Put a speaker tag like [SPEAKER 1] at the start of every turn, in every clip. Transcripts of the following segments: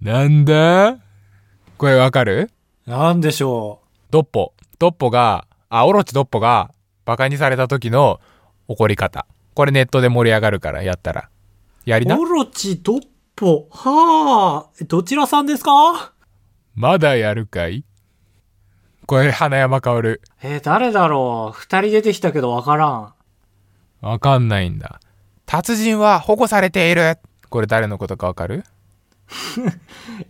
[SPEAKER 1] なんだこれわかる
[SPEAKER 2] なんでしょ
[SPEAKER 1] ドッポ。ドッポが、あ、オロチドッポが、バカにされた時の怒り方。これネットで盛り上がるから、やったら。やり
[SPEAKER 2] う。
[SPEAKER 1] な
[SPEAKER 2] オ。ロチ、ドッポ、はあ、どちらさんですか
[SPEAKER 1] まだやるかいこれ、花山薫。
[SPEAKER 2] えー誰だろう二人出てきたけどわからん。
[SPEAKER 1] わかんないんだ。達人は保護されている。これ誰のことかわかる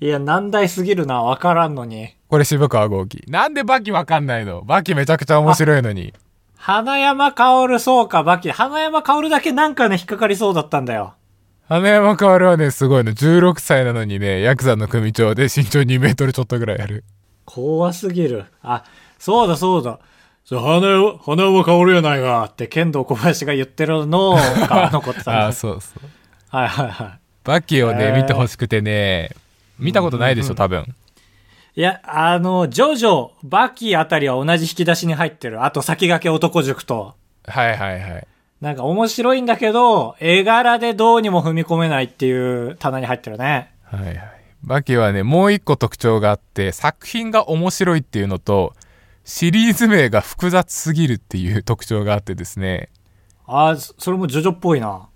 [SPEAKER 2] いや、難題すぎるな、わからんのに。
[SPEAKER 1] これ渋川豪樹。なんでバキわかんないのバキめちゃくちゃ面白いのに。
[SPEAKER 2] 花山薫、そうか、バキ。花山薫だけなんかね、引っかかりそうだったんだよ。
[SPEAKER 1] 花山薫はね、すごいの。16歳なのにね、ヤクザの組長で身長2メートルちょっとぐらいある。
[SPEAKER 2] 怖すぎる。あ、そうだそうだ。そう花山、花山薫やないかって剣道小林が言ってるのが残ってたん
[SPEAKER 1] あ
[SPEAKER 2] だ
[SPEAKER 1] あ、。 そうそう。
[SPEAKER 2] はいはいは
[SPEAKER 1] バキをね、
[SPEAKER 2] へー
[SPEAKER 1] 見てほしくてね、見たことないでしょ、多分。
[SPEAKER 2] い。いや、あの、ジョジョ、バキあたりは同じ引き出しに入ってる。あと、先駆け男塾と。
[SPEAKER 1] はいはいはい。
[SPEAKER 2] なんか面白いんだけど、絵柄でどうにも踏み込めないっていう棚に入ってるね。
[SPEAKER 1] はいはい。バキはね、もう一個特徴があって、作品が面白いっていうのと、シリーズ名が複雑すぎるっていう特徴があってですね、
[SPEAKER 2] あーそそれもジョジョっぽいな。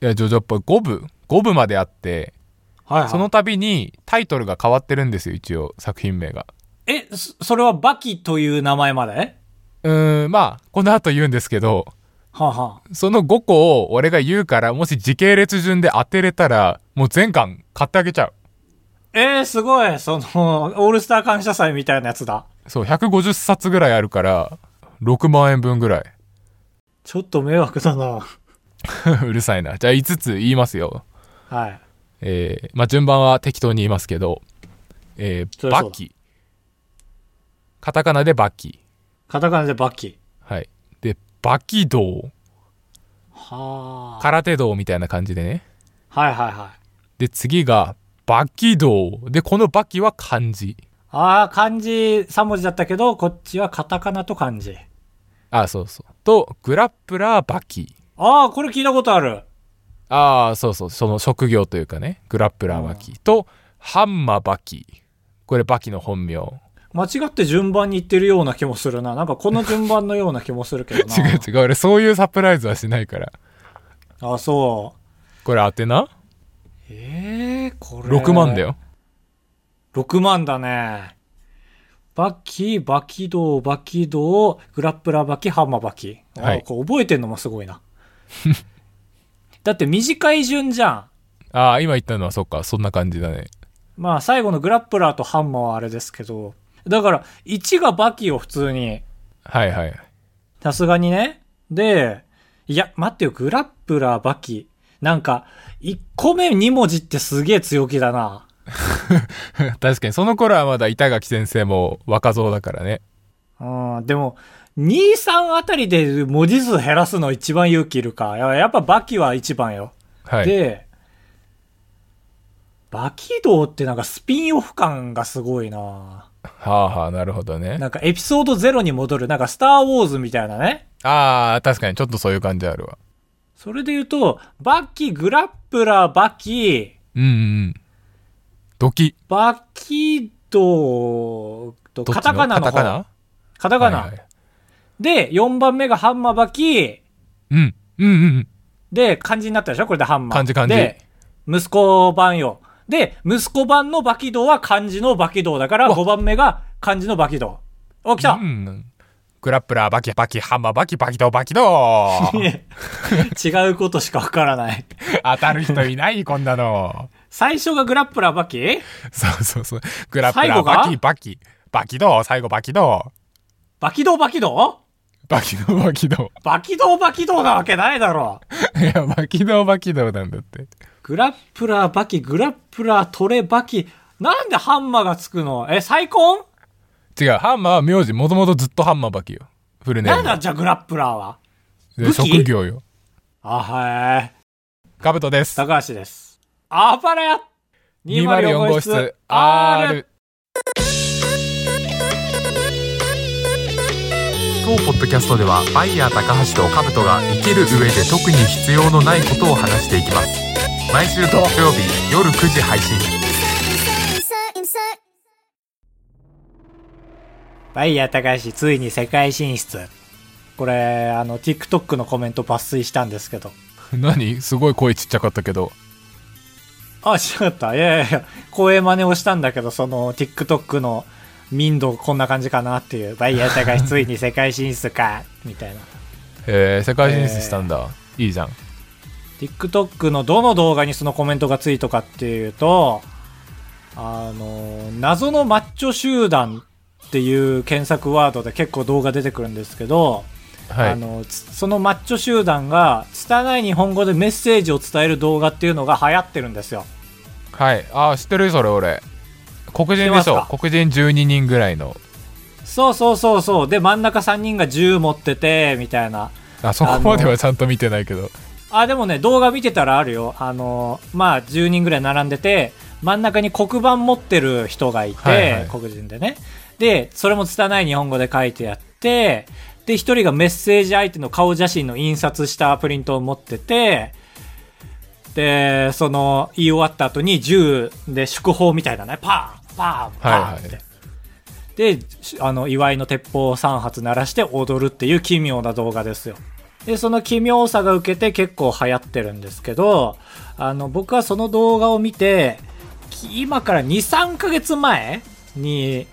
[SPEAKER 1] いや、ジョジョっぽい5部、5部まであって、
[SPEAKER 2] はいはい。
[SPEAKER 1] その度にタイトルが変わってるんですよ、一応、作品名が。
[SPEAKER 2] え、そそれはバキという名前までは
[SPEAKER 1] うーん、まあ、この後言うんですけど、
[SPEAKER 2] あ、は
[SPEAKER 1] その5個を俺が言うから、もし時系列順で当てれたら、もう全巻買ってあげちゃう。
[SPEAKER 2] あ、えー、すごい。その、オールスター感謝祭みたいなやつだ。
[SPEAKER 1] そう、150冊ぐらいあるから、6万円分ぐらい。
[SPEAKER 2] ちょっと迷惑だな。
[SPEAKER 1] うるさいな。じゃあ5つ言いますよ。
[SPEAKER 2] はい。
[SPEAKER 1] えー、まあ、順番は適当に言いますけど、え
[SPEAKER 2] そ
[SPEAKER 1] ー、
[SPEAKER 2] り
[SPEAKER 1] バ
[SPEAKER 2] ゃそうだ
[SPEAKER 1] キ。カタカナでバキ。
[SPEAKER 2] カタカナでバキ。
[SPEAKER 1] はい。で、バキ道。
[SPEAKER 2] はあ。
[SPEAKER 1] 空手道みたいな感じでね。
[SPEAKER 2] はいはいはい。
[SPEAKER 1] で、次が、バキ道。で、このバキは漢字。
[SPEAKER 2] ああ、漢字3文字だったけど、こっちはカタカナと漢字。
[SPEAKER 1] あ、そうそう。と、グラップラーバキ。
[SPEAKER 2] ああ、これ聞いたことある。
[SPEAKER 1] ああ、そうそう。その職業というかね。グラップラーバキ。と、ハンマーバキ。これバキの本名。
[SPEAKER 2] 間違って順番に言ってるような気もするな。なんかこの順番のような気もするけどな。
[SPEAKER 1] 違う違う俺そういうサプライズはしないから
[SPEAKER 2] ああ、そう。
[SPEAKER 1] これ当てな
[SPEAKER 2] ええこれ。
[SPEAKER 1] 6万だ。よ
[SPEAKER 2] 6万だね。バキ、バキドウ、バキドウ、グラップラーバキ、ハンマーバキ。あ
[SPEAKER 1] はい
[SPEAKER 2] これ覚えてんのもすごいな。 だって短い順じゃん。
[SPEAKER 1] ああ今言ったのはそっかそんな感じだね
[SPEAKER 2] まあ最後のグラップラーとハンマーはあれですけど。だから1がバキを普通に。
[SPEAKER 1] はいはい
[SPEAKER 2] さすがにね。で、いや、待ってよ、グラップラーバキ。なんか、1個目2文字ってすげえ強気だな。
[SPEAKER 1] 確かにその頃はまだ板垣先生も若造だからね
[SPEAKER 2] うん、でも、2、3あたりで文字数減らすの一番勇気いるか。ややっぱバキは一番よ。
[SPEAKER 1] はい
[SPEAKER 2] で、バキ道ってなんかスピンオフ感がすごいな
[SPEAKER 1] はあはあなるほどね
[SPEAKER 2] なんかエピソード0に戻る、なんかスターウォーズみたいなね。
[SPEAKER 1] ああ確かにちょっとそういう感じあるわ
[SPEAKER 2] それで言うと、バキ、グラップラー、バキ、
[SPEAKER 1] うんうんドキ
[SPEAKER 2] バキド
[SPEAKER 1] ど
[SPEAKER 2] と
[SPEAKER 1] っちの
[SPEAKER 2] カタカナの方
[SPEAKER 1] カタカナ
[SPEAKER 2] カタカナ
[SPEAKER 1] はいはい
[SPEAKER 2] で、4番目がハンマーバキ。
[SPEAKER 1] うんうんうん
[SPEAKER 2] で、漢字になったでしょこれでハンマー。
[SPEAKER 1] 漢字漢字
[SPEAKER 2] で、息子版よ。で、息子版のバキドは漢字のバキドだから、
[SPEAKER 1] うわ
[SPEAKER 2] 5番目が漢字のバキド。お、来た、
[SPEAKER 1] うんグラップラーバキバキハンマーバキバキドーバキ ドー
[SPEAKER 2] 違うことしかわからない。
[SPEAKER 1] 当たる人いないこんなの
[SPEAKER 2] 最初がグラップラーバキ
[SPEAKER 1] そうそうそう。グラップ
[SPEAKER 2] 最
[SPEAKER 1] ラ
[SPEAKER 2] 後
[SPEAKER 1] ー
[SPEAKER 2] が
[SPEAKER 1] バキバキ。バキドー最後バキド
[SPEAKER 2] バキドバキド
[SPEAKER 1] ーバキドーバキド
[SPEAKER 2] バキドバキドなわけないだろ。
[SPEAKER 1] ーいや、バキドーバキドーなんだって。
[SPEAKER 2] グラップラーバキ、グラップラートレバキ。なんでハンマーがつくのえ、サイコン
[SPEAKER 1] 違う、ハンマーは名字、もともとずっとハンマーバキよ。フルネー
[SPEAKER 2] なん
[SPEAKER 1] ム。
[SPEAKER 2] だじゃあグラップラーは。
[SPEAKER 1] で
[SPEAKER 2] 武器
[SPEAKER 1] 職業よ。
[SPEAKER 2] あ、はい。
[SPEAKER 1] カブトです。
[SPEAKER 2] 高橋です。あばらや
[SPEAKER 1] 204号室 R。当ポッドキャストではバイヤー高橋とカブトが生きる上で特に必要のないことを話していきます毎週土曜日夜9時配信
[SPEAKER 3] Save me, save me, save me.
[SPEAKER 2] バイヤー高橋、ついに世界進出。これ、あの、TikTok のコメント抜粋したんですけど。
[SPEAKER 1] 何すごい声ちっちゃかったけど。
[SPEAKER 2] あ、知らなかった。いやいやいや、声真似をしたんだけど、その TikTok の民度こんな感じかなっていう。バイヤー高橋、ついに世界進出か、みたいな。
[SPEAKER 1] へえ、世界進出したんだ。いいじゃん。
[SPEAKER 2] TikTok のどの動画にそのコメントがついたかっていうと、あの、謎のマッチョ集団っていう検索ワードで結構動画出てくるんですけど、
[SPEAKER 1] は
[SPEAKER 2] あ
[SPEAKER 1] い。
[SPEAKER 2] のつそのマッチョ集団が拙い日本語でメッセージを伝える動画っていうのが流行ってるんですよ
[SPEAKER 1] はい。ああ、知ってるそれ俺。黒人でし
[SPEAKER 2] 知って
[SPEAKER 1] ょ
[SPEAKER 2] ます
[SPEAKER 1] 黒人12人ぐらいの。
[SPEAKER 2] そうそうそうそうで真ん中3人が銃持っててみたいな
[SPEAKER 1] あ、そこまではちゃんと見てないけど。
[SPEAKER 2] あでもね動画見てたらあるよあのまあ10人ぐらい並んでて真ん中に黒板持ってる人がいて、
[SPEAKER 1] はいはい
[SPEAKER 2] 黒人でねでそれも拙い日本語で書いてあってで1人がメッセージ相手の顔写真の印刷したプリントを持っててでその言い終わった後に銃で祝砲みたいなねパーンパーンパーンって、
[SPEAKER 1] はいは
[SPEAKER 2] でしあの祝いの鉄砲を3発鳴らして踊るっていう奇妙な動画ですよでその奇妙さが受けて結構流行ってるんですけどあの僕はその動画を見てき今から23ヶ月前に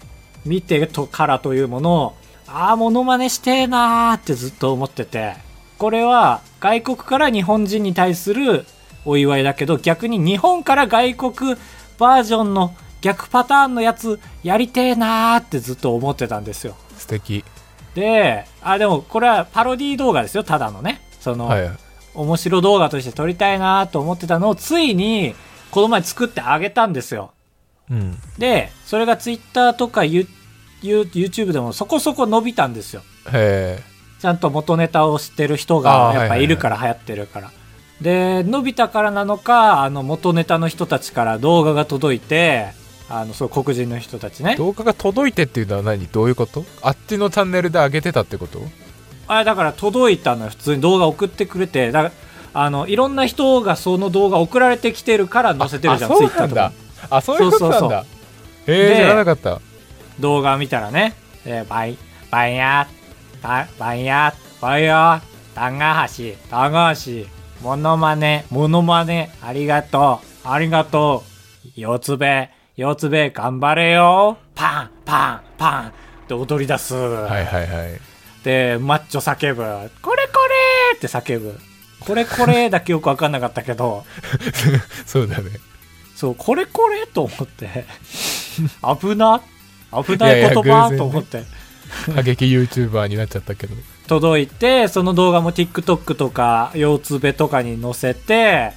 [SPEAKER 2] 見てとからというものをああモノマネしてえなーってずっと思っててこれは外国から日本人に対するお祝いだけど逆に日本から外国バージョンの逆パターンのやつやりてえなーってずっと思ってたんですよ
[SPEAKER 1] 素敵。
[SPEAKER 2] であでもこれはパロディ動画ですよただのねその、
[SPEAKER 1] はい。
[SPEAKER 2] 面白動画として撮りたいなと思ってたのをついにこの前作ってあげたんですよ
[SPEAKER 1] うん。
[SPEAKER 2] でそれがツイッターとか You- You- YouTube でもそこそこ伸びたんですよ
[SPEAKER 1] へえ。
[SPEAKER 2] ちゃんと元ネタを知ってる人
[SPEAKER 1] あー
[SPEAKER 2] がやっぱ
[SPEAKER 1] はいはいはい
[SPEAKER 2] いるから流行ってるから、で伸びたからなのかあの元ネタの人たちから動画が届いてあのそう黒人の人たちね
[SPEAKER 1] 動画が届いてっていうのは何どういうことあっちのチャンネルで上げてたってこと
[SPEAKER 2] あだから届いたのよ普通に動画送ってくれてだあのいろんな人がその動画送られてきてるから載せてるじゃん
[SPEAKER 1] あ
[SPEAKER 2] ツ
[SPEAKER 1] そ
[SPEAKER 2] イ
[SPEAKER 1] う
[SPEAKER 2] ッ
[SPEAKER 1] な
[SPEAKER 2] ター
[SPEAKER 1] ん
[SPEAKER 2] とか
[SPEAKER 1] だあそういうことなんだえ
[SPEAKER 2] で
[SPEAKER 1] ー、知らなかった
[SPEAKER 2] 動画見たらね、えー、バイ、バイヤー、ババイヤー、バイヤー、タンガハシ、タンガハシ、モノマネ、モノマネ、ありがとう、ありがとう、四つべ、四つべ、頑張れよ、パン、パン、パン、って踊り出す。
[SPEAKER 1] はいはいはい
[SPEAKER 2] で、マッチョ叫ぶ、これこれって叫ぶ。これこれだけよくわかんなかったけど、
[SPEAKER 1] そうだね
[SPEAKER 2] そう、これこれと思って、 危な、危ないい
[SPEAKER 1] やいや偶然
[SPEAKER 2] 言葉
[SPEAKER 1] ね
[SPEAKER 2] と思って。
[SPEAKER 1] 過激 YouTuber になっちゃったけど
[SPEAKER 2] 届いてその動画も TikTok とか腰つべとかに載せて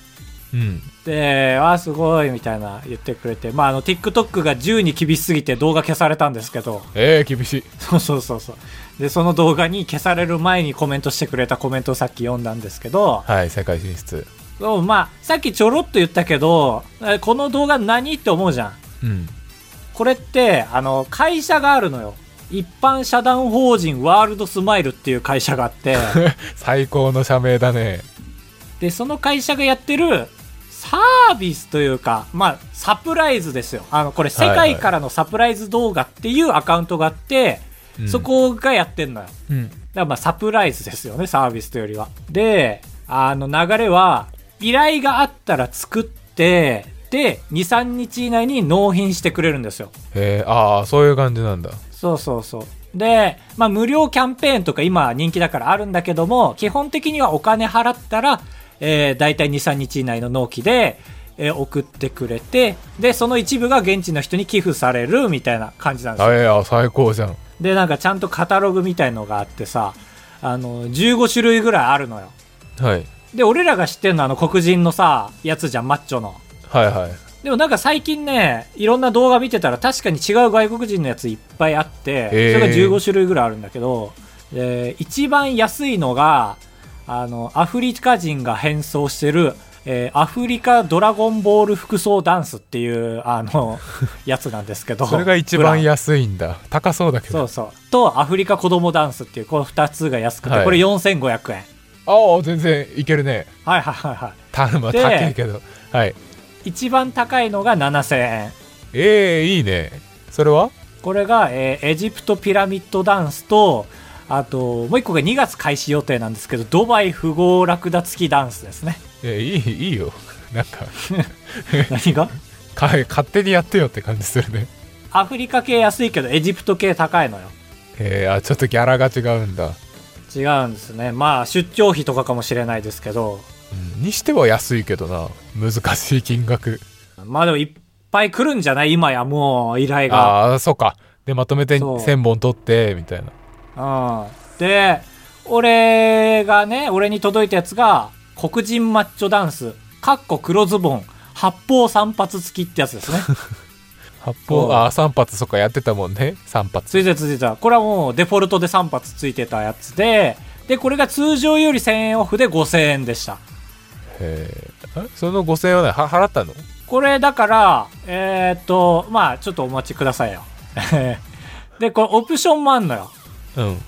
[SPEAKER 1] うん
[SPEAKER 2] で「あーすごい」みたいな言ってくれてまああの TikTok が10に厳しすぎて動画消されたんですけど
[SPEAKER 1] えー、厳しい
[SPEAKER 2] そうそうそうそうでその動画に消される前にコメントしてくれたコメントをさっき読んだんですけど
[SPEAKER 1] はい世界進出
[SPEAKER 2] でもまあさっきちょろっと言ったけどえこの動画何って思うじゃ
[SPEAKER 1] う
[SPEAKER 2] ん
[SPEAKER 1] ん
[SPEAKER 2] これってあの会社があるのよ一般社団法人ワールドスマイルっていう会社があって
[SPEAKER 1] 最高の社名だね
[SPEAKER 2] でその会社がやってるサービスというか、まあ、サプライズですよあのこれ世
[SPEAKER 1] はい
[SPEAKER 2] 界
[SPEAKER 1] はい
[SPEAKER 2] からのサプライズ動画っていうアカウントがあって、
[SPEAKER 1] うん
[SPEAKER 2] そこがやってんのよだか
[SPEAKER 1] うん
[SPEAKER 2] らまあサプライズですよねサービスというよりはであの流れは依頼があったら作ってで23日以内に納品してくれるんですよ
[SPEAKER 1] えー、ああそういう感じなんだ
[SPEAKER 2] そうそうそう。で、まあ無料キャンペーンとか今人気だからあるんだけども、基本的にはお金払ったら、えー、大体2、3日以内の納期で、えー送ってくれて、で、その一部が現地の人に寄付されるみたいな感じなんですよ
[SPEAKER 1] あいや最高じゃん
[SPEAKER 2] で、なんかちゃんとカタログみたいのがあってさ、あの、15種類ぐらいあるのよ。
[SPEAKER 1] はい
[SPEAKER 2] で、俺らが知ってるのはあの黒人のさ、やつじゃん、マッチョの。
[SPEAKER 1] はいはい
[SPEAKER 2] でもなんか最近ね、いろんな動画見てたら確かに違う外国人のやついっぱいあって、
[SPEAKER 1] えー
[SPEAKER 2] それが15種類ぐらいあるんだけど、えー一番安いのが、あの、アフリカ人が変装してる、えーアフリカドラゴンボール服装ダンスっていう、あ の、やつなんですけど。
[SPEAKER 1] それが一
[SPEAKER 2] ブラン
[SPEAKER 1] 番安いんだ高そうだけ
[SPEAKER 2] そ
[SPEAKER 1] ど
[SPEAKER 2] うそう。と、アフリカ子供ダンスっていう、この2つが安くて、
[SPEAKER 1] はい
[SPEAKER 2] これ4500円。
[SPEAKER 1] ああ全然いけるね
[SPEAKER 2] はいはいはいはい。
[SPEAKER 1] たまあ
[SPEAKER 2] で
[SPEAKER 1] 高いけどはい
[SPEAKER 2] 一番高いのが7000円。
[SPEAKER 1] えー、いいねそれは
[SPEAKER 2] これが、えーエジプトピラミッドダンスと、あと、もう一個が2月開始予定なんですけど、ドバイ富豪ラクダ付きダンスですね。
[SPEAKER 1] えいいいいよなんか
[SPEAKER 2] 何が
[SPEAKER 1] か勝手にやってよって感じするね
[SPEAKER 2] アフリカ系安いけど、エジプト系高いのよ。
[SPEAKER 1] えー、あちょっとギャラが違うんだ、
[SPEAKER 2] 違うんですね。まあ、出張費とかかもしれないですけど、
[SPEAKER 1] うんにしては安いけどな難しい金額
[SPEAKER 2] まあでもいっぱい来るんじゃない今やもう依頼が。
[SPEAKER 1] ああーそうかでまとめて
[SPEAKER 2] そう
[SPEAKER 1] 1000本取ってみたいな
[SPEAKER 2] うん。で、俺がね、俺に届いたやつが、黒人マッチョダンス、かっこ黒ズボン、八方三発付きってやつですね。
[SPEAKER 1] 発
[SPEAKER 2] そう
[SPEAKER 1] 砲ああ3発そっかやってたもんね3発
[SPEAKER 2] ついてたついてた。これはもうデフォルトで3発ついてたやつで、で、これが通常より1000円オフで5000円でした。
[SPEAKER 1] えー、えその5000円はねは払ったの
[SPEAKER 2] これだから、えーっと、まあちょっとお待ちくださいよ。 で、これオプションもあんのよ。
[SPEAKER 1] うん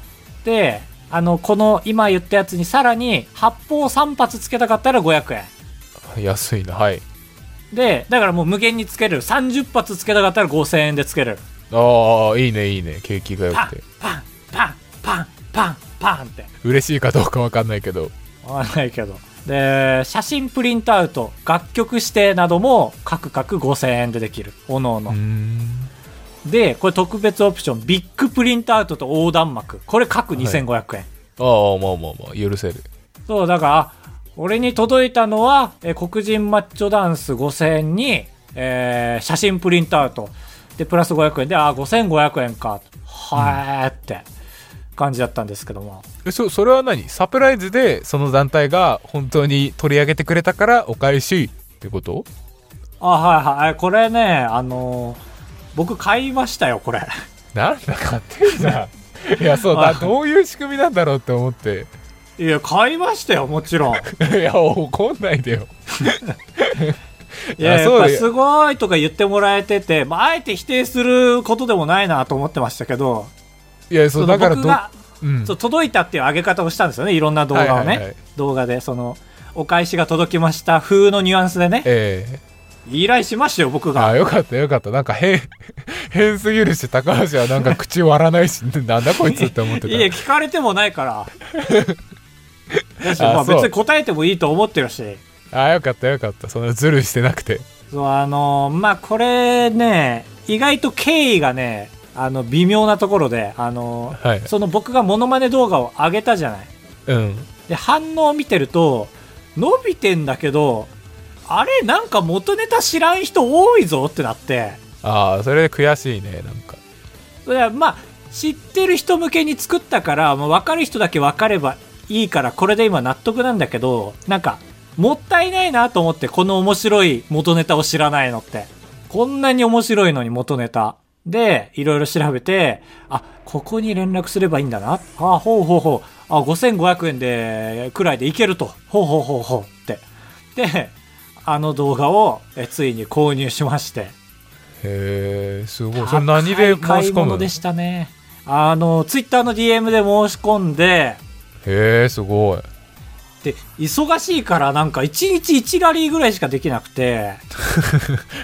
[SPEAKER 2] で、あの、この今言ったやつにさらに発砲3発つけたかったら500円。
[SPEAKER 1] 安いなはい
[SPEAKER 2] で、だからもう無限につける。30発つけたかったら5000円でつける。
[SPEAKER 1] ああいいねいいね景気が良
[SPEAKER 2] パ
[SPEAKER 1] く
[SPEAKER 2] ン
[SPEAKER 1] て、
[SPEAKER 2] パン、パン、パン、パン、パンって。
[SPEAKER 1] 嬉しいかどうか分かんないけど
[SPEAKER 2] わかんないけど。で、写真プリントアウト、楽曲指定なども、各々5000円でできる。おのお
[SPEAKER 1] うー
[SPEAKER 2] の。
[SPEAKER 1] ん
[SPEAKER 2] で、これ特別オプション、ビッグプリントアウトと横断幕。これ各2500円。
[SPEAKER 1] ああまあまあまあ許せる
[SPEAKER 2] そう、だから、あ俺に届いたのは、えー黒人マッチョダンス5000円に、えー写真プリントアウト。で、プラス500円で、あ、5500円か。はーって感じだったんですけども。
[SPEAKER 1] えそそれは何サプライズでその団体が本当に取り上げてくれたからお返しってこと
[SPEAKER 2] あ、はいはい。これね、あのー僕買いましたよ、これ。
[SPEAKER 1] なんだ勝手じゃん いやそうだ
[SPEAKER 2] あ
[SPEAKER 1] どういう仕組みなんだろうって思って
[SPEAKER 2] いや、買いましたよ、もちろん。い
[SPEAKER 1] いや怒んないでよあ
[SPEAKER 2] や、や
[SPEAKER 1] そ
[SPEAKER 2] っ
[SPEAKER 1] うだ
[SPEAKER 2] ぱ
[SPEAKER 1] よ
[SPEAKER 2] すごいとか言ってもらえてて、まあ、あえて否定することでもないなと思ってましたけど、
[SPEAKER 1] いやそう
[SPEAKER 2] その
[SPEAKER 1] だから
[SPEAKER 2] 僕が
[SPEAKER 1] どうん
[SPEAKER 2] そう届いたっていう上げ方をしたんですよねいろんな動画をね、
[SPEAKER 1] はいはいはい
[SPEAKER 2] 動画でそのお返しが届きました風のニュアンスでね
[SPEAKER 1] ええ
[SPEAKER 2] 依頼しましたよ僕
[SPEAKER 1] あ
[SPEAKER 2] が
[SPEAKER 1] よかったよかったなんか変 変すぎるし高橋はなんか口割らないしなんだこいつって思って
[SPEAKER 2] いや
[SPEAKER 1] た
[SPEAKER 2] 聞かれてもないから だし
[SPEAKER 1] あ
[SPEAKER 2] まあ、
[SPEAKER 1] そう
[SPEAKER 2] 別に答えてもいいと思ってるし
[SPEAKER 1] あよかったよかったそのズルしてなくて
[SPEAKER 2] そうあのーまあこれね意外と経緯がねあの微妙なところで、あのー
[SPEAKER 1] はい
[SPEAKER 2] その僕がモノマネ動画を上げたじゃない
[SPEAKER 1] うん
[SPEAKER 2] で反応を見てると伸びてんだけどあれなんか元ネタ知らん人多いぞってなって
[SPEAKER 1] ああそれで悔しいねなんか
[SPEAKER 2] それはまあ知ってる人向けに作ったから、まあ、分かる人だけ分かればいいからこれで今納得なんだけどなんかもったいないなと思ってこの面白い元ネタを知らないのってこんなに面白いのに元ネタでいろいろ調べてあここに連絡すればいいんだなあほうほうほうあ5500円でくらいでいけるとほうほうほうほうってであの動画をえついに購入しまして
[SPEAKER 1] へえすごいそれ何で申
[SPEAKER 2] 買い
[SPEAKER 1] し込む
[SPEAKER 2] 物
[SPEAKER 1] の
[SPEAKER 2] で
[SPEAKER 1] へ
[SPEAKER 2] したねあのツイッターの DM で申し込んで
[SPEAKER 1] えすごい
[SPEAKER 2] で忙しいからなんか1日1ラリーぐらいしかできなくて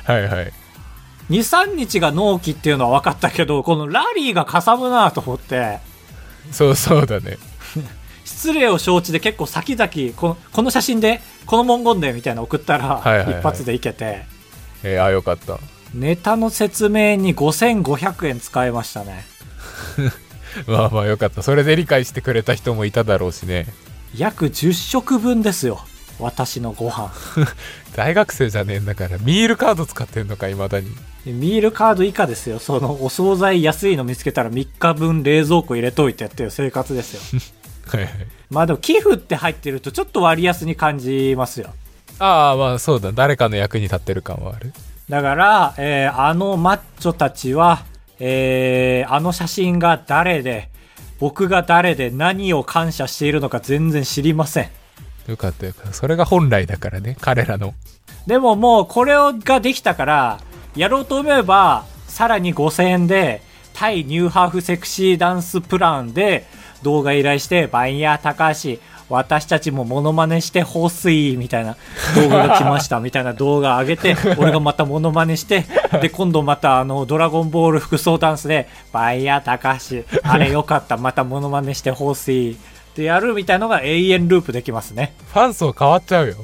[SPEAKER 1] はいはい
[SPEAKER 2] 23日が納期っていうのは分かったけどこのラリーがかさむなと思って
[SPEAKER 1] そうそうだね
[SPEAKER 2] 失礼を承知で結構先々このこの写真でこの文言でみたいなの送ったら
[SPEAKER 1] はいはいはい
[SPEAKER 2] 一発でいけて、
[SPEAKER 1] えー、あよかった
[SPEAKER 2] ネタの説明に5500円使いましたね
[SPEAKER 1] まあまあよかったそれで理解してくれた人もいただろうしね
[SPEAKER 2] 約10食分ですよ私のご飯
[SPEAKER 1] 大学生じゃねえんだからミールカード使ってんのかいまだに
[SPEAKER 2] でミールカード以下ですよ。その、お惣菜安いの見つけたら3日分冷蔵庫入れといてっていう生活ですよ。
[SPEAKER 1] はいはい
[SPEAKER 2] まあでも寄付って入ってるとちょっと割安に感じますよ。
[SPEAKER 1] ああまあそうだ誰かの役に立ってる感はある
[SPEAKER 2] だから、えーあのマッチョたちは、えーあの写真が誰で、僕が誰で何を感謝しているのか全然知りません。
[SPEAKER 1] よかったよかったそれが本来だからね彼らの
[SPEAKER 2] でももうこれをができたから、やろうと思えば、さらに5000円で、タイニューハーフセクシーダンスプランで動画依頼して、バンヤー高橋、私たちもモノマネしてほしいみたいな動画が来ましたみたいな動画上げて、俺がまたモノマネして、で、今度またあの、ドラゴンボール服装ダンスで、バイヤー高橋、あれよかった、またモノマネしてほしいってやるみたいのが永遠ループできますね。
[SPEAKER 1] ファン層変わっちゃうよ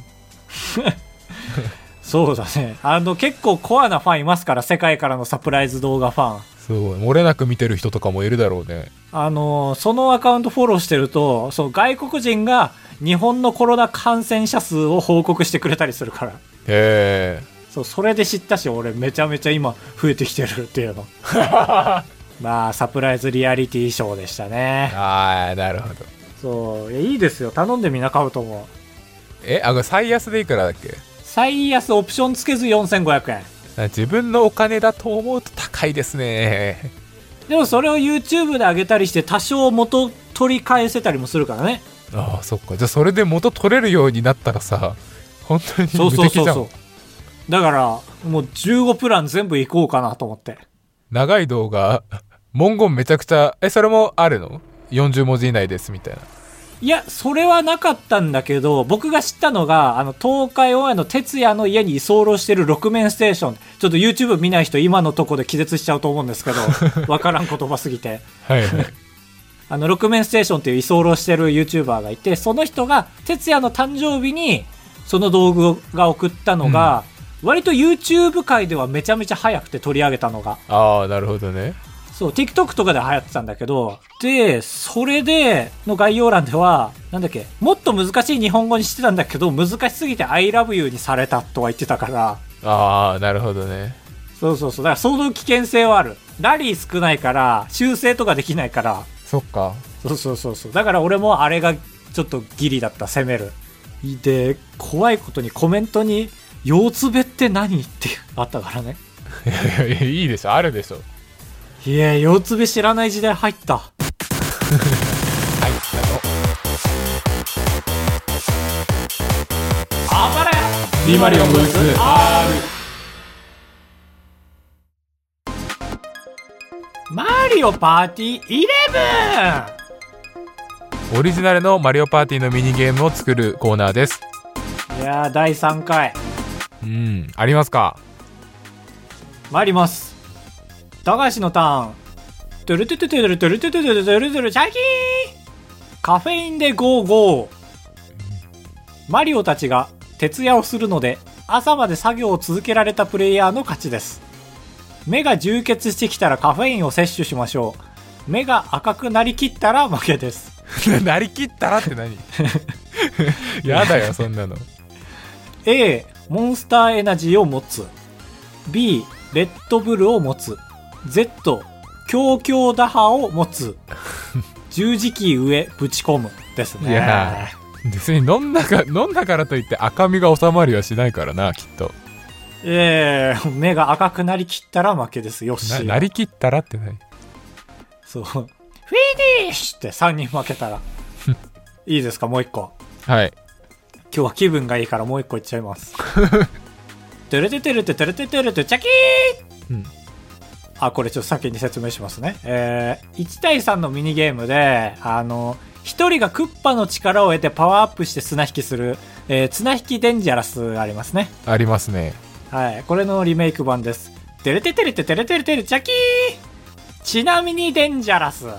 [SPEAKER 2] そうだね。あの、結構コアなファンいますから、世界からのサプライズ動画ファン。
[SPEAKER 1] すごい漏れなく見てる人とかもいるだろうね
[SPEAKER 2] あの、そのアカウントフォローしてると、そう、外国人が日本のコロナ感染者数を報告してくれたりするから。
[SPEAKER 1] へえ
[SPEAKER 2] そう、それで知ったし、俺めちゃめちゃ今増えてきてるっていうの。まあ、サプライズリアリティショーでしたね。
[SPEAKER 1] ああなるほど
[SPEAKER 2] そう、いやいいですよ。頼んでみんな買うと思う。
[SPEAKER 1] えあこれ最安でいくらだっけ
[SPEAKER 2] 最安オプションつけず4500円。
[SPEAKER 1] あ自分のお金だと思うと高いですね
[SPEAKER 2] でもそれを YouTube で上げたりして多少元取り返せたりもするからね。
[SPEAKER 1] ああそっかじゃあそれで元取れるようになったらさ本当に
[SPEAKER 2] そう
[SPEAKER 1] 無
[SPEAKER 2] そう
[SPEAKER 1] 敵じ
[SPEAKER 2] そ
[SPEAKER 1] ゃ
[SPEAKER 2] うんそう。だから、もう15プラン全部行こうかなと思って。
[SPEAKER 1] 長い動画文言めちゃくちゃえそれもあるの40文字以内ですみたいない
[SPEAKER 2] や、それはなかったんだけど、僕が知ったのが、あの、東海オンエアの哲也の家に居候してる六面ステーション。ちょっと YouTube 見ない人今のとこで気絶しちゃうと思うんで すけど、わからん言葉すぎて。
[SPEAKER 1] はいはい
[SPEAKER 2] あの、六面ステーションっていう居候してる YouTuber がいて、その人が、哲也の誕生日に、その道具が送ったのが、割と YouTube 界ではめちゃめちゃ早くて取り上げたのが。
[SPEAKER 1] ああなるほどね
[SPEAKER 2] そう、TikTok とかで流行ってたんだけど、で、それで、の概要欄では、なんだっけ、もっと難しい日本語にしてたんだけど、難しすぎて I love you にされたとは言ってたから、
[SPEAKER 1] ああなるほどね
[SPEAKER 2] そうそうそう、だからその危険性はある。ラリー少ないから、修正とかできないから、
[SPEAKER 1] そっか
[SPEAKER 2] そうそうそうそう。だから俺もあれがちょっとギリだった、攻める。で、怖いことにコメントに、腰つべって何ってあったからね。
[SPEAKER 1] いやいやいいでしょあるでしょ
[SPEAKER 2] いや、腰つべ知らない時代入った。
[SPEAKER 1] はいあ
[SPEAKER 2] あばれ
[SPEAKER 1] のビーマリオンブース
[SPEAKER 2] マリオパーティー 11!
[SPEAKER 1] オリジナルのマリオパーティーのミニゲームを作るコーナーです
[SPEAKER 2] いやー第3回
[SPEAKER 1] うんありますか
[SPEAKER 2] 参ります高橋のターントゥルトゥトゥトゥルトゥルトゥトゥトゥルトゥルトゥルチャキーカフェインでゴーゴーマリオたちが徹夜をするので朝まで作業を続けられたプレイヤーの勝ちです目が充血してきたらカフェインを摂取しましょう目が赤くなりきったら負けです
[SPEAKER 1] なりきったらって何 やだよそんなの
[SPEAKER 2] A モンスターエナジーを持つ B レッドブルを持つ Z 強強打破を持 つ十字キー上ぶち込むです
[SPEAKER 1] いや
[SPEAKER 2] ね
[SPEAKER 1] 別に飲んだか飲んだからといって赤みが収まりはしないからなきっと
[SPEAKER 2] ええ目が赤くなりきったら負けですよし
[SPEAKER 1] ななりきったらって何
[SPEAKER 2] そうフィニッシュって3人負け たらいいですかもう一個
[SPEAKER 1] はい
[SPEAKER 2] 今日は気分がいいからもう一個いっちゃいます トゥルトゥトゥルトゥトゥルトゥトゥルトゥチャキー
[SPEAKER 1] うん
[SPEAKER 2] あ、これちょっと先に説明しますね。えー、1対3のミニゲームで、あの、1人がクッパの力を得てパワーアップして綱引きする、えー綱引きデンジャラスがありますね。
[SPEAKER 1] ありますね
[SPEAKER 2] はい、これのリメイク版です。てれててれててれてれてれ、ジャキーちなみにデンジャラス。
[SPEAKER 1] はい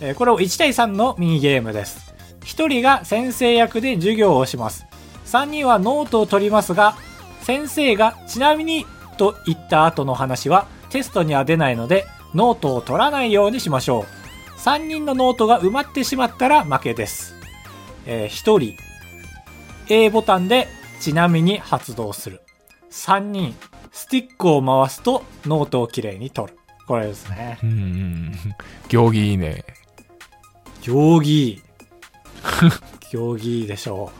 [SPEAKER 2] えーこれを1対3のミニゲームです。1人が先生役で授業をします。3人はノートを取りますが、先生がちなみにと言った後の話はテストには出ないので、ノートを取らないようにしましょう。3人のノートが埋まってしまったら負けです。えー1人、A ボタンでちなみに発動する。3人、スティックを回すとノートをきれいに取る。これですね。
[SPEAKER 1] うんうん行儀いいね
[SPEAKER 2] 行儀い い行儀いいでしょ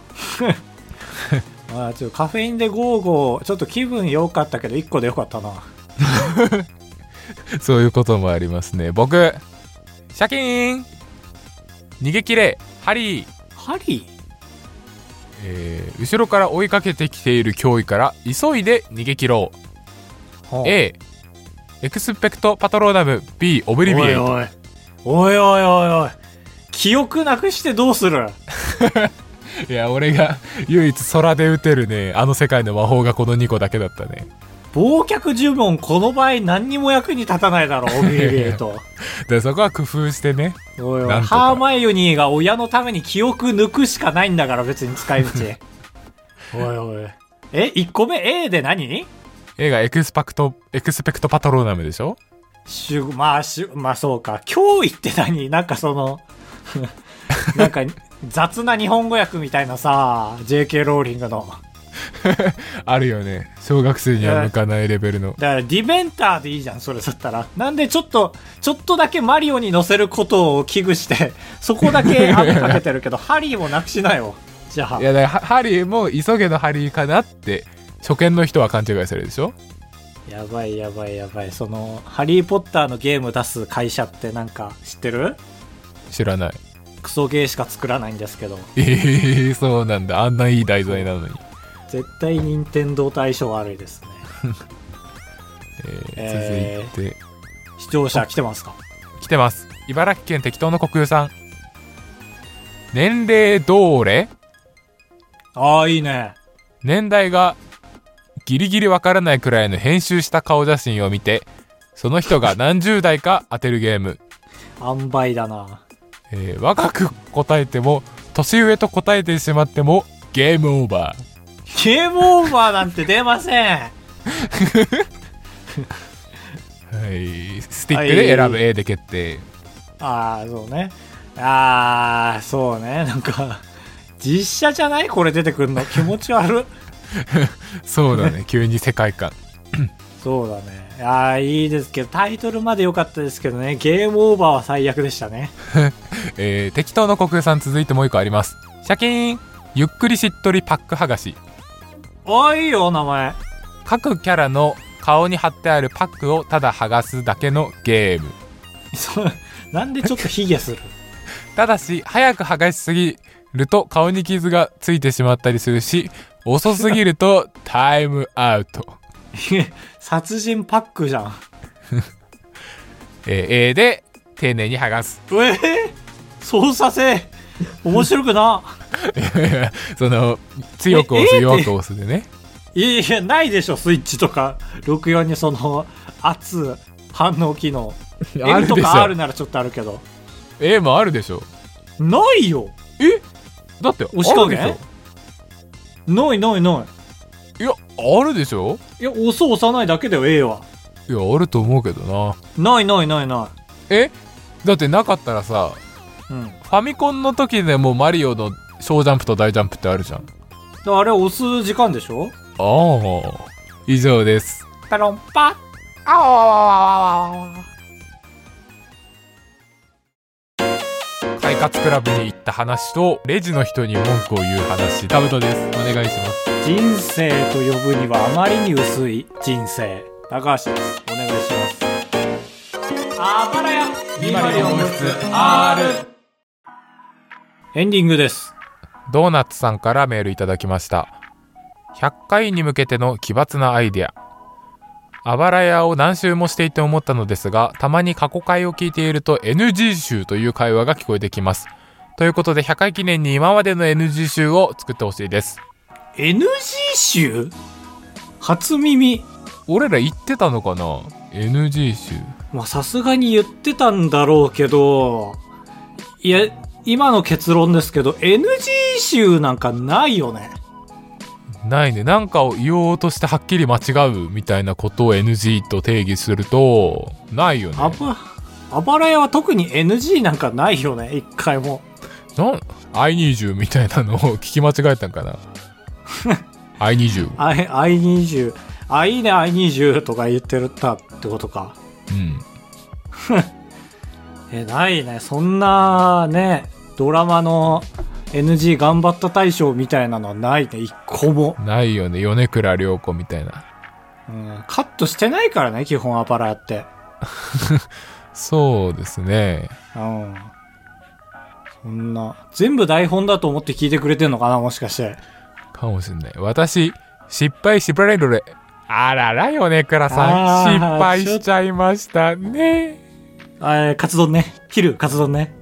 [SPEAKER 2] う まあちょっとカフェインでゴーゴーちょっと気分良かったけど1個で良かったな
[SPEAKER 1] そういうこともありますね僕シャキーン逃げ切れハリー
[SPEAKER 2] ハリ
[SPEAKER 1] えー後ろから追いかけてきている脅威から急いで逃げ切ろう
[SPEAKER 2] ー
[SPEAKER 1] A エクスペクトパトローナム B オブリビエイト
[SPEAKER 2] おいおいおいおいおいおい記憶なくしてどうする
[SPEAKER 1] いや俺が 唯一空で打てるねあの世界の魔法がこの2個だけだったね
[SPEAKER 2] 忘却呪文この場合何にも役に立たないだろうオビリエイ ト
[SPEAKER 1] でそこは工夫してね
[SPEAKER 2] おいおい
[SPEAKER 1] なんとか
[SPEAKER 2] ハーマイオニーが親のために記憶抜くしかないんだから別に 使い道おいおいえ1個目 A で何
[SPEAKER 1] 映画エクスパクトエクスペクトパトローナムでしょ
[SPEAKER 2] しゅまあしゅまあそうか脅威って何なんかその なんか雑な日本語訳みたいなさ JK ローリングの
[SPEAKER 1] あるよね小学生には向かないレベルの
[SPEAKER 2] だからディベンターでいいじゃんそれだったらなんでちょっとちょっとだけマリオに乗せることを危惧してそこ だけ雨かけてるけどハリーもなくしなよじゃあ
[SPEAKER 1] いやだからハハリーも急げのハリーかなって初見の人は勘違いされるでしょ
[SPEAKER 2] やばいやばいやばいその「ハリー・ポッター」のゲーム出す会社ってなんか知ってる
[SPEAKER 1] 知らない
[SPEAKER 2] クソゲーしか作らないんですけど
[SPEAKER 1] えー、そうなんだあんないい題材なのに、
[SPEAKER 2] 絶対任天堂と相性悪いですね
[SPEAKER 1] えー
[SPEAKER 2] えー
[SPEAKER 1] 続いて
[SPEAKER 2] 視聴者来てますか
[SPEAKER 1] 来てます茨城県適当の国有さん年齢どーれ
[SPEAKER 2] ああいいね
[SPEAKER 1] 年代がギリギリわからないくらいの編集した顔写真を見てその人が何十代か当てるゲーム、
[SPEAKER 2] 塩梅だな
[SPEAKER 1] えー若く答えても年上と答えてしまってもゲームオーバー
[SPEAKER 2] ゲームオーバーなんて出ません
[SPEAKER 1] はいスティックで選ぶ
[SPEAKER 2] は
[SPEAKER 1] A で決定
[SPEAKER 2] ああそうねああそうねなんか実写じゃないこれ出てくるの気持ち 悪い
[SPEAKER 1] そうだね急に世界観
[SPEAKER 2] そうだねああいいですけどタイトルまで良かったですけどねゲームオーバーは最悪でしたね
[SPEAKER 1] えー適当の国有さん続いてもう一個ありますシャキーンゆっくりしっとりパック剥がし
[SPEAKER 2] ああいいよ名前
[SPEAKER 1] 各キャラの顔に貼ってあるパックをただ剥がすだけのゲーム
[SPEAKER 2] そうなんでちょっと卑下 する
[SPEAKER 1] ただし早く剥がしすぎると顔に傷がついてしまったりするし遅すぎるとタイムアウト、
[SPEAKER 2] 殺人パックじゃん
[SPEAKER 1] えー A で丁寧に剥がす
[SPEAKER 2] え えそうさせ面白くな
[SPEAKER 1] その強く押
[SPEAKER 2] え
[SPEAKER 1] す
[SPEAKER 2] A
[SPEAKER 1] 弱く押すでね
[SPEAKER 2] いやいやないでしょスイッチとか64にその圧反応機能 L と
[SPEAKER 1] でし
[SPEAKER 2] か
[SPEAKER 1] ょ
[SPEAKER 2] R ならちょっとあるけど
[SPEAKER 1] A もあるでしょ
[SPEAKER 2] ないよ
[SPEAKER 1] だって
[SPEAKER 2] 押し加減
[SPEAKER 1] あるで
[SPEAKER 2] ないないな
[SPEAKER 1] しょいやあるでしょ
[SPEAKER 2] いいや押す押さないだけだよ A はい
[SPEAKER 1] やあると思うけどな
[SPEAKER 2] ないないないな
[SPEAKER 1] えだってなかったらさ
[SPEAKER 2] いうん
[SPEAKER 1] ファミコンの時でもマリオの小ジャンプと大ジャンプってあるじゃん
[SPEAKER 2] だからあれ押す時間でしょ
[SPEAKER 1] ああ以上です
[SPEAKER 2] ペロンパ
[SPEAKER 1] あわわわわわわ快活クラブに行った話とレジの人に文句を言う話タブトですお願いします
[SPEAKER 2] 人生と呼ぶにはあまりに薄い人生高橋ですお願いしますあばらやエンディングです
[SPEAKER 1] ドーナツさんからメールいただきました100回に向けての奇抜なアイデアあばら屋を何周もしていて思ったのですがたまに過去回を聞いていると NG 集という会話が聞こえてきますということで100回記念に今までの NG 集を作ってほしいです
[SPEAKER 2] NG 集初耳
[SPEAKER 1] 俺ら言ってたのかな NG 集
[SPEAKER 2] まあさすがに言ってたんだろうけどいや今の結論ですけど NG 集なんかないよね
[SPEAKER 1] ないねなんかを言おうとしてはっきり間違うみたいなことを NG と定義するとないよね
[SPEAKER 2] あばあばら屋は特に NG なんかないよね一回も
[SPEAKER 1] なん「I need you」みたいなのを聞き間違えたん かな「I need you
[SPEAKER 2] あい I20 あいいね I20 とか言ってるったってことか」
[SPEAKER 1] うん
[SPEAKER 2] えないねそんなねドラマの NG 頑張った大賞みたいなのはないね一個も、
[SPEAKER 1] ないよね米倉涼子みたいな
[SPEAKER 2] うん、カットしてないからね基本アパラやって
[SPEAKER 1] そうですね
[SPEAKER 2] うんそんな全部台本だと思って聞いてくれてんのかなもしかして
[SPEAKER 1] かもしんない私失敗しばれるれあらら米倉さ
[SPEAKER 2] あ
[SPEAKER 1] ん
[SPEAKER 2] ー
[SPEAKER 1] 失敗しちゃいましたね
[SPEAKER 2] あえーカツ丼ね昼カツ丼ね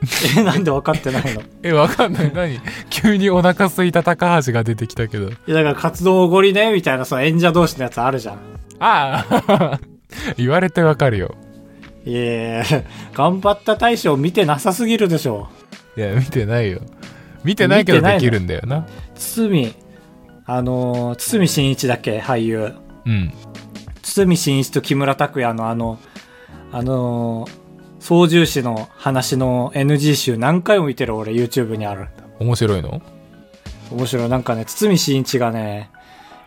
[SPEAKER 2] え、なんで分かってないのい
[SPEAKER 1] え、わかんない。何急にお腹すいた高橋が出てきたけど。
[SPEAKER 2] や、だから活動おごりね、みたいな、その演者同士のやつあるじゃん。
[SPEAKER 1] ああ 言われてわかるよ。
[SPEAKER 2] いやいや 頑張った大賞見てなさすぎるでしょ。
[SPEAKER 1] いや、見てないよ。見てないけど
[SPEAKER 2] 見てない
[SPEAKER 1] で
[SPEAKER 2] の
[SPEAKER 1] きるんだよな。
[SPEAKER 2] 堤、あのー、堤真一だっけ、俳優。
[SPEAKER 1] うん。
[SPEAKER 2] 堤真一と木村拓哉のあの、あのー操縦士の話の NG 集何回も見てる俺 YouTube にある。
[SPEAKER 1] 面白いの
[SPEAKER 2] 面白い。なんかね、堤真一がね、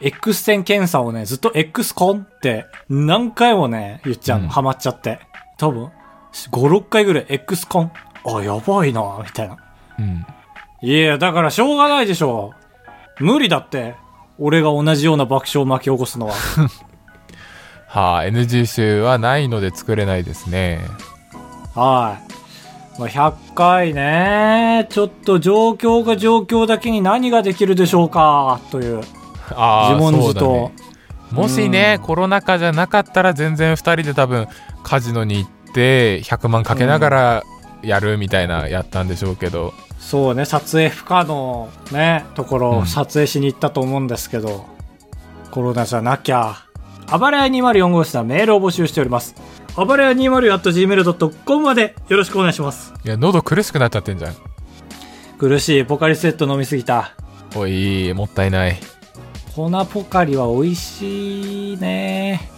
[SPEAKER 2] X 線検査をね、ずっと X コンって何回もね、言っちゃうの。
[SPEAKER 1] うん
[SPEAKER 2] ハマっちゃって。多分、5、6回ぐらい X コン。あ、やばいな、みたいな。
[SPEAKER 1] うん。
[SPEAKER 2] いや、だからしょうがないでしょ。無理だって。俺が同じような爆笑を巻き起こすのは。
[SPEAKER 1] はあ、NG 集はないので作れないです ね。
[SPEAKER 2] はい。まあ、100回ね、ちょっと状況が状況だけに何ができるでしょうか、という
[SPEAKER 1] あ
[SPEAKER 2] 自
[SPEAKER 1] あ、
[SPEAKER 2] 問
[SPEAKER 1] そう
[SPEAKER 2] 自
[SPEAKER 1] だ
[SPEAKER 2] 答
[SPEAKER 1] ね。。もしね、コロナ禍じゃなかったら全然2人で多分カジノに行って100万かけながらやるみたいなやったんでしょうけど、
[SPEAKER 2] そうね、撮影不可能ね、ところ
[SPEAKER 1] う
[SPEAKER 2] を
[SPEAKER 1] ん
[SPEAKER 2] 撮影しに行ったと思うんですけど、コロナじゃなきゃ。あばれや204号室はメールを募集しております。あばれや 204.gmail.com までよろしくお願いします。
[SPEAKER 1] いや喉苦しくなっちゃってんじゃん
[SPEAKER 2] 苦しいポカリスエット飲みすぎた。
[SPEAKER 1] おいもったいない
[SPEAKER 2] 粉ポカリは美味しいね。